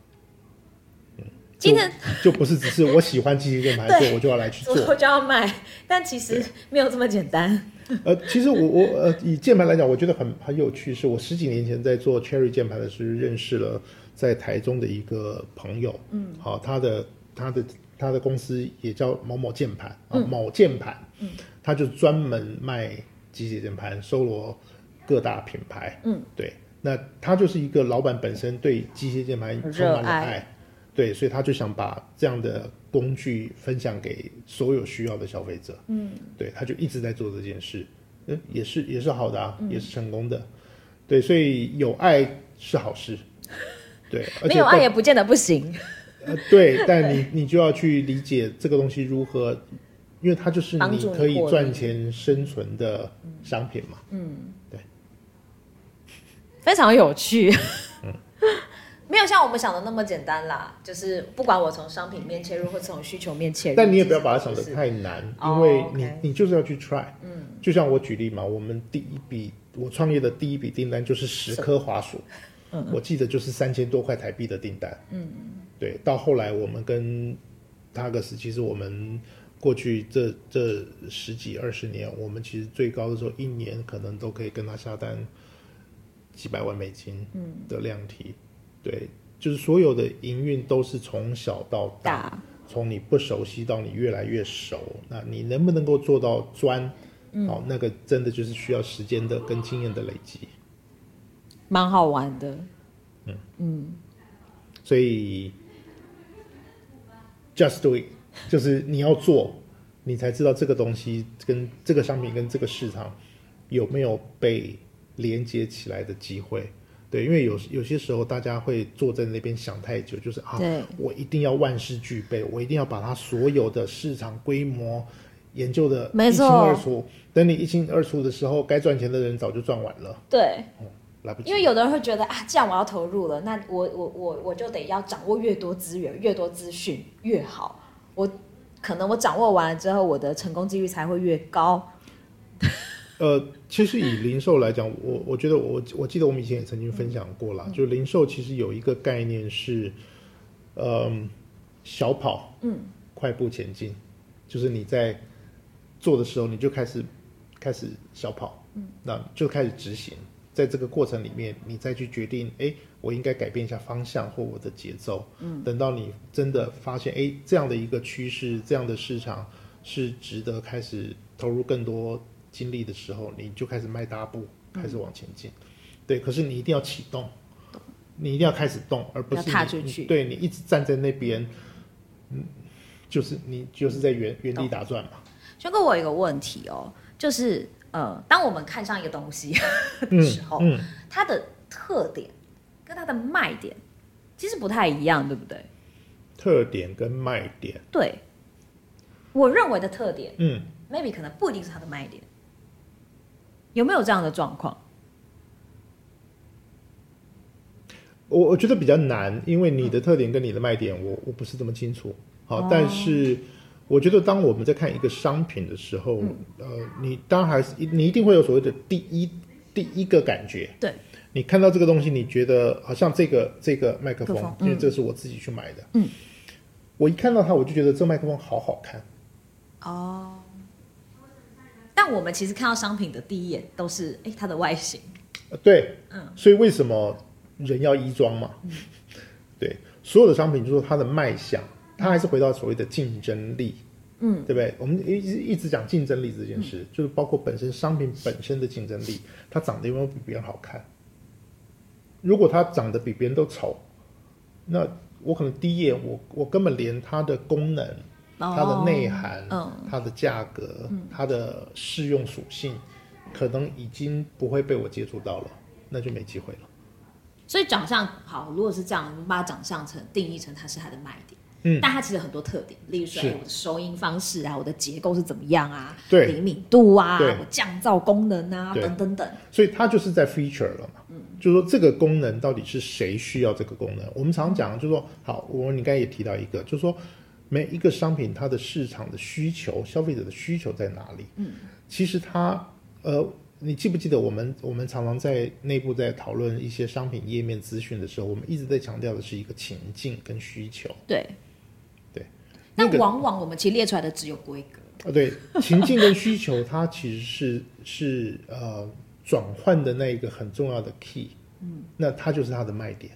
Speaker 2: 今天
Speaker 1: 就不是只是我喜欢机械键盘， 所以我就要来去做
Speaker 2: 之。后就要卖， 但其实没有这么简单。
Speaker 1: 呃，其实我我呃，以键盘来讲，我觉得很很有趣，是我十几年前在做 Cherry 键盘的时候认识了在台中的一个朋友，嗯，好、他的他的他的公司也叫某某键盘啊，某键盘，嗯，他就专门卖机械键盘，搜罗各大品牌，嗯，对，那他就是一个老板本身对机械键盘
Speaker 3: 热
Speaker 1: 充满了
Speaker 3: 爱
Speaker 1: 爱，对，所以他就想把这样的工具分享给所有需要的消费者。嗯，对，他就一直在做这件事，嗯，也是也是好的啊，
Speaker 2: 嗯
Speaker 1: 也是成功的。对，所以有爱是好 事。对，而
Speaker 2: 没
Speaker 1: 且
Speaker 2: 有爱
Speaker 1: 但、
Speaker 2: 也不见得不行。
Speaker 1: 呃 对，但你你就要去理解这个东西如何，因为它就是
Speaker 2: 帮
Speaker 1: 你
Speaker 2: 助你
Speaker 1: 可以
Speaker 2: 获利嗯
Speaker 1: 赚钱生存的商品嘛。
Speaker 2: 非常有趣。
Speaker 1: 嗯
Speaker 2: 没有像我们想的那么简单啦，就是不管我从商品面切入，或从需求面切入，
Speaker 1: 但你也不要把它
Speaker 2: 这
Speaker 1: 想
Speaker 2: 件
Speaker 1: 得
Speaker 2: 事情
Speaker 1: 太难，
Speaker 2: 哦
Speaker 1: 因为你、
Speaker 2: OK
Speaker 1: 你就是要去 try。嗯，就像我举例嘛，我们第一笔我创业的第一笔订单就是十颗滑鼠，我记得就是三千多块台币的订单。嗯，对，到后来我们跟他个斯，其实我们过去这这十几二十年，我们其实最高的时候一年可能都可以跟他下单几百万美金的量体。对，就是所有的营运都是从小到大
Speaker 2: 大
Speaker 1: 从你不熟悉到你越来越熟，那你能不能够做到专？哦，那个真的就是需要时间的跟经验的累积。
Speaker 2: 蛮好玩的。
Speaker 1: 所以，just do it，就是你要做，你才知道这个东西跟这个商品跟这个市场有没有被连接起来的机会。对，因为有有些时候大家会坐在那边想太久，就是啊
Speaker 2: 对，
Speaker 1: 我一定要万事俱备，我一定要把它所有的市场规模研究的
Speaker 2: 没
Speaker 1: 一清
Speaker 2: 错
Speaker 1: 二楚。等你一清二楚的时候，该赚钱的人早就赚完了，
Speaker 2: 对，
Speaker 1: 来不及。
Speaker 2: 因为有的人会觉得啊，既然我要投入了，那我我我我就得要掌握越多资源、越多资讯越好。我可能我掌握完了之后，我的成功几率才会越高。
Speaker 1: 呃，其实以零售来讲，我我觉得我我记得我们以前也曾经分享过
Speaker 2: 嗯
Speaker 1: 啦，就零售其实有一个概念是，嗯、小跑，嗯，快步前进，就是你在做的时候你就开始开始小跑，嗯，那就开始执行，在这个过程里面，你再去决定，哎，我应该改变一下方向或我的节奏，嗯，等到你真的发现，哎，这样的一个趋势，这样的市场是值得开始投入更多精力的时候，你就开始迈大步，
Speaker 2: 嗯
Speaker 1: 开始往前进，对，可是你一定要启动。你一定要开始动，而不是
Speaker 2: 要踏
Speaker 1: 你
Speaker 2: 出
Speaker 1: 你
Speaker 2: 去
Speaker 1: 对你一直站在那边，嗯，就是你就是在原原地打转嘛。
Speaker 2: 轩哥，我有一个问题哦，就是呃，当我们看上一个东西 的时候，
Speaker 1: 嗯
Speaker 2: 它的特点跟它的卖点其实不太一样，对不对？
Speaker 1: 特点跟卖点，
Speaker 2: 对，我认为的特点
Speaker 1: 嗯，
Speaker 2: ，maybe 可能不一定是它的卖点，有没有这样的状况？
Speaker 1: 我我觉得比较难，因为你的
Speaker 2: 嗯
Speaker 1: 特点跟你的卖点我，我不是这么清楚。好，
Speaker 2: 哦
Speaker 1: 但是我觉得当我们在看一个商品的时候，
Speaker 2: 嗯
Speaker 1: 呃，你当然还是你一定会有所谓的第一第一个感觉。
Speaker 2: 对，
Speaker 1: 你看到这个东西，你觉得好像这个这个麦克风，
Speaker 2: 麦克风嗯
Speaker 1: 因为这是我自己去买的，嗯，我一看到它，我就觉得这麦克风好好看。
Speaker 2: 哦，但我们其实看到商品的第一眼都是哎它的外形，
Speaker 1: 呃对，
Speaker 2: 嗯，
Speaker 1: 所以为什么人要衣装嘛？对，所有的商品就是说它的卖相，它还是回到所谓的竞争力，嗯，对不对？我们一直一直讲竞争力这件事，就是包括本身商品本身的竞争力，它长得有没有比别人好看？如果它长得比别人都丑，那我可能第一眼我我根本连它的功能、它的内涵、
Speaker 2: 哦
Speaker 1: 它的价格、它的适用属性，可能已经不会被我接触到了，那就没机会了。
Speaker 2: 所以长相好，如果是这样，我们把长相成定义成它是它的卖点。
Speaker 1: 嗯
Speaker 2: 但它其实很多特点，例如说，
Speaker 1: 是
Speaker 2: 哎，我的收音方式啊，我的结构是怎么样啊，
Speaker 1: 对
Speaker 2: 灵敏度啊，
Speaker 1: 对
Speaker 2: 我降噪功能啊，
Speaker 1: 对
Speaker 2: 等等等。
Speaker 1: 所以它就是在 feature 了嘛，就是说这个功能到底是谁需要这个功能？我们常讲就是说，好，我你刚才也提到一个，就是说每一个商品它的市场的需求，消费者的需求在哪里？嗯，其实它呃，你记不记得我们我们常常在内部在讨论一些商品页面资讯的时候，我们一直在强调的是一个情境跟需求。
Speaker 2: 对，
Speaker 1: 对，
Speaker 2: 但
Speaker 1: 那个
Speaker 2: 往往我们其实列出来的只有规格。
Speaker 1: 啊，对，情境跟需求，它其实是是呃转换的那一个很重要的 key，嗯，那它就是它的卖点，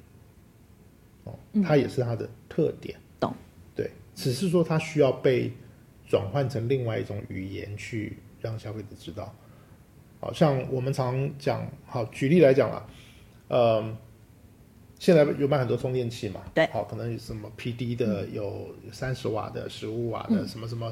Speaker 1: 哦，它也是它的特点，
Speaker 2: 懂？
Speaker 1: 对，只是说它需要被转换成另外一种语言去让消费者知道。好像我们常讲，好举例来讲啦，呃，现在有卖很多充电器嘛，
Speaker 3: 对
Speaker 1: 好，可能有什么 PD 的，有三十瓦的、十五瓦的，什么什么。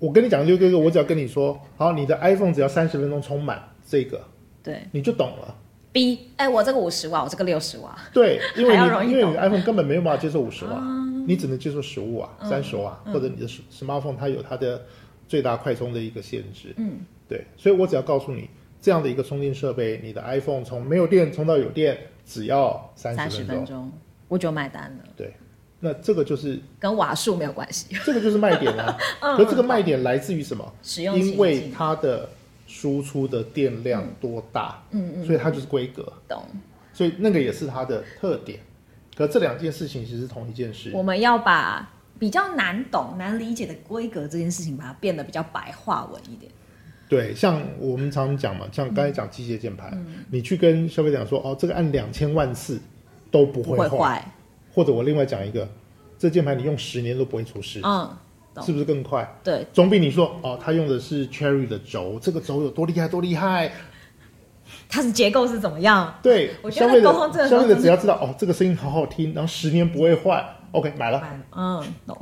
Speaker 1: 我跟你讲，六哥哥，我只要跟你说，好，你的 iPhone 只要三十分钟充满这个，
Speaker 3: 对
Speaker 1: 你就懂了。
Speaker 3: ，B，哎、我这个五十瓦，我这个六十瓦，
Speaker 1: 对，因为
Speaker 3: 还要容易啊
Speaker 1: 你因为你的 iPhone 根本没有办法接受五十瓦，你只能接受十五瓦、
Speaker 3: 嗯
Speaker 1: 三十瓦，或者你的 smartphone 它有它的最大快充的一个限制。嗯，对，所以我只要告诉你这样的一个充电设备，你的 iPhone 从没有电充到有电只要三
Speaker 3: 三
Speaker 1: 十
Speaker 3: 十
Speaker 1: 分
Speaker 3: 分
Speaker 1: 钟。
Speaker 3: 钟，我就买单了，
Speaker 1: 对，那这个就是
Speaker 3: 跟瓦数没有关系。
Speaker 1: 这个就是卖点 啊。
Speaker 3: 嗯
Speaker 1: 可是这个卖点来自于什么？
Speaker 3: 使用
Speaker 1: 因
Speaker 3: 情
Speaker 1: 为
Speaker 3: 境
Speaker 1: 它的输出的电量多大，嗯嗯，所以它就是规格，
Speaker 3: 懂，
Speaker 1: 所以那个也是它的特点。可这两件事情其实是同一件事
Speaker 3: 我，们要把比较难懂、难理解的规格这件事情，把它变得比较白话文一点。
Speaker 1: 对，像我们常讲嘛，像刚才讲机械键盘，
Speaker 3: 嗯
Speaker 1: 你去跟消费者讲说，哦，这个按两千万次都不
Speaker 3: 不
Speaker 1: 会
Speaker 3: 会
Speaker 1: 坏，
Speaker 3: 坏。
Speaker 1: 或者我另外讲一个，这键盘你用十年都不会出事，
Speaker 3: 嗯，懂
Speaker 1: 是不是更快？
Speaker 3: 对，
Speaker 1: 总比你说哦，他用的是 Cherry 的轴，这个轴有多厉害多厉害。
Speaker 2: 它是结构是怎么样？
Speaker 1: 对，
Speaker 2: 我觉
Speaker 1: 消
Speaker 2: 得
Speaker 1: 费
Speaker 2: 沟通这
Speaker 1: 者
Speaker 2: 个
Speaker 1: 消费
Speaker 2: 真
Speaker 1: 者
Speaker 2: 的
Speaker 1: 只要知道哦，这个声音好好听，然后十年不会坏，OK 买了。
Speaker 2: 嗯，懂。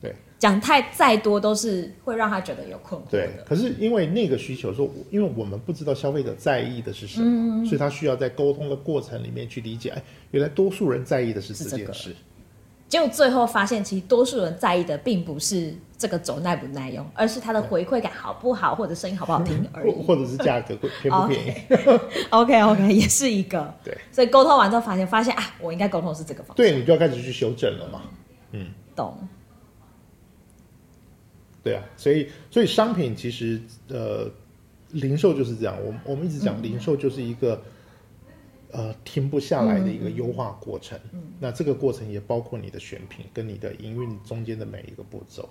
Speaker 1: 对
Speaker 2: 讲太再多都是会让他觉得有困惑
Speaker 1: 对
Speaker 2: 的，。
Speaker 1: 可是因为那个需求说，因为我们不知道消费者在意的是什
Speaker 2: 嗯
Speaker 1: 么，所以他需要在沟通的过程里面去理解，哎，原来多数人在意的是
Speaker 2: 是
Speaker 1: 这
Speaker 2: 这
Speaker 1: 件
Speaker 2: 个
Speaker 1: 事。
Speaker 2: 结果最后发现，其实多数人在意的并不是这个轴耐不耐用，而是它的回馈感好不好，或者声音好不 好听而
Speaker 1: 或
Speaker 2: 已。
Speaker 1: 或者是价格贵便不
Speaker 2: 哦
Speaker 1: 便宜
Speaker 2: OK OK，也是一个。
Speaker 1: 对，
Speaker 2: 所以沟通完之后发现，发现啊，我应该沟通是这个方
Speaker 1: 对你就要开始去修正了嘛。
Speaker 2: 懂。
Speaker 1: 对啊，所以所以商品其实呃，零售就是这样。我们我们一直讲零售就是一个、呃停不下来的一个优化过程。那这个过程也包括你的选品跟你的营运中间的每一个步骤。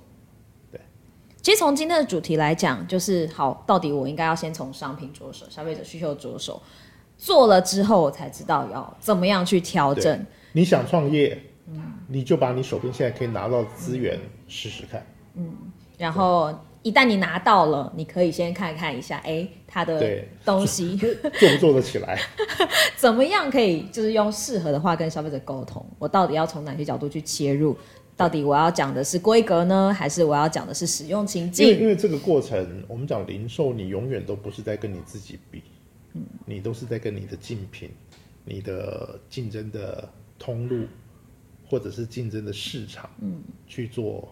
Speaker 2: 其实从今天的主题来讲，就是好，到底我应该要先从商品着手，消费者需求着手，做了之后我才知道要怎么样去调整。
Speaker 1: 你想创业，你就把你手边现在可以拿到的资源试试看。
Speaker 2: 然后一旦你拿到了，你可以先看看一下，哎，它的
Speaker 1: 对
Speaker 2: 东西
Speaker 1: 做不做得起来？
Speaker 2: 怎么样可以就是用适合的话跟消费者沟通，我到底要从哪些角度去切入？到底我要讲的是规格呢，还是我要讲的是使用情
Speaker 1: 因为
Speaker 2: 境？
Speaker 1: 因为这个过程，我们讲零售，你永远都不是在跟你自己比，你都是在跟你的竞品、你的竞争的通路，或者是竞争的市场，嗯，去做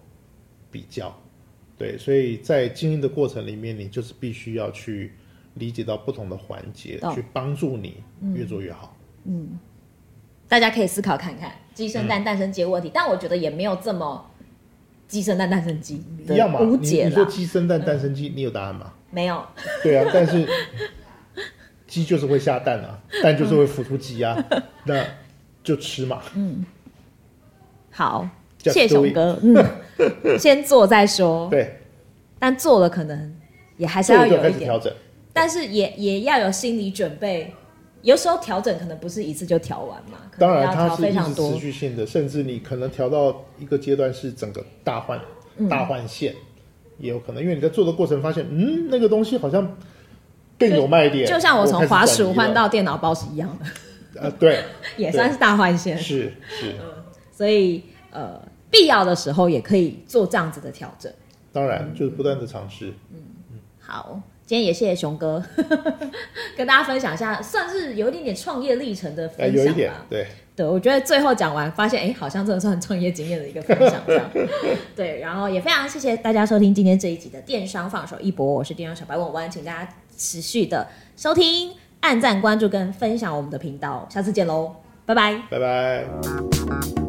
Speaker 1: 比较。对，所以在经营的过程里面，你就是必须要去理解到不同的环节，
Speaker 2: 懂
Speaker 1: 去帮助你越做越好。
Speaker 2: 大家可以思考看看，鸡生
Speaker 1: 嗯
Speaker 2: 蛋，蛋生鸡的问题，但我觉得也没有这么鸡生蛋，蛋生鸡
Speaker 1: 一样嘛，
Speaker 2: 嗯无
Speaker 1: 你
Speaker 2: 解
Speaker 1: 你说
Speaker 2: 啦。嗯
Speaker 1: 鸡生蛋，蛋生鸡，你有答案吗？
Speaker 2: 没有，
Speaker 1: 对啊，但是鸡就是会下蛋啊，蛋就是会孵出鸡啊，
Speaker 2: 嗯
Speaker 1: 那就吃嘛。
Speaker 2: 好，
Speaker 1: Just
Speaker 2: 谢
Speaker 1: do
Speaker 2: 熊
Speaker 1: it
Speaker 2: 哥，嗯，先做再说，
Speaker 1: 对，
Speaker 2: 但做了可能也还哦是
Speaker 1: 所以
Speaker 2: 要
Speaker 1: 我就
Speaker 2: 有
Speaker 1: 开
Speaker 2: 一
Speaker 1: 始
Speaker 2: 点，
Speaker 1: 调整。
Speaker 2: 但是也也要有心理准备。有时候调整可能不是一次就调完嘛，可
Speaker 1: 当
Speaker 2: 能
Speaker 1: 然，
Speaker 2: 要
Speaker 1: 它
Speaker 2: 调
Speaker 1: 是
Speaker 2: 非
Speaker 1: 一
Speaker 2: 常
Speaker 1: 直持
Speaker 2: 多。
Speaker 1: 续性的，甚至你可能调到一个阶段是整个大换、
Speaker 2: 嗯
Speaker 1: 大换线，也有可能，因为你在做的过程发现，嗯，那个东西好像更有卖点。
Speaker 2: 就像我从
Speaker 1: 开始
Speaker 2: 滑
Speaker 1: 转
Speaker 2: 鼠
Speaker 1: 移
Speaker 2: 换
Speaker 1: 了
Speaker 2: 到电脑包是一样的，
Speaker 1: 呃，对，
Speaker 2: 也算是大换线。
Speaker 1: 是是，
Speaker 2: 嗯所以呃，必要的时候也可以做这样子的调整。
Speaker 1: 当然就是不断的尝试。
Speaker 2: 好，今天也谢谢熊哥， 跟大家分享一下，算是有一点点创业历程的
Speaker 1: 呃，
Speaker 2: 分
Speaker 1: 有
Speaker 2: 享
Speaker 1: 一
Speaker 2: 吧。
Speaker 1: 点对，
Speaker 2: 对，我觉得最后讲完，发现哎、诶好像真的算创业经验的一个分享 这样。对，然后也非常谢谢大家收听今天这一集的电商放手一搏，我是电商小白文文，请大家持续的收听、按赞、关注跟分享我们的频道，下次见喽，拜拜。
Speaker 1: 拜拜。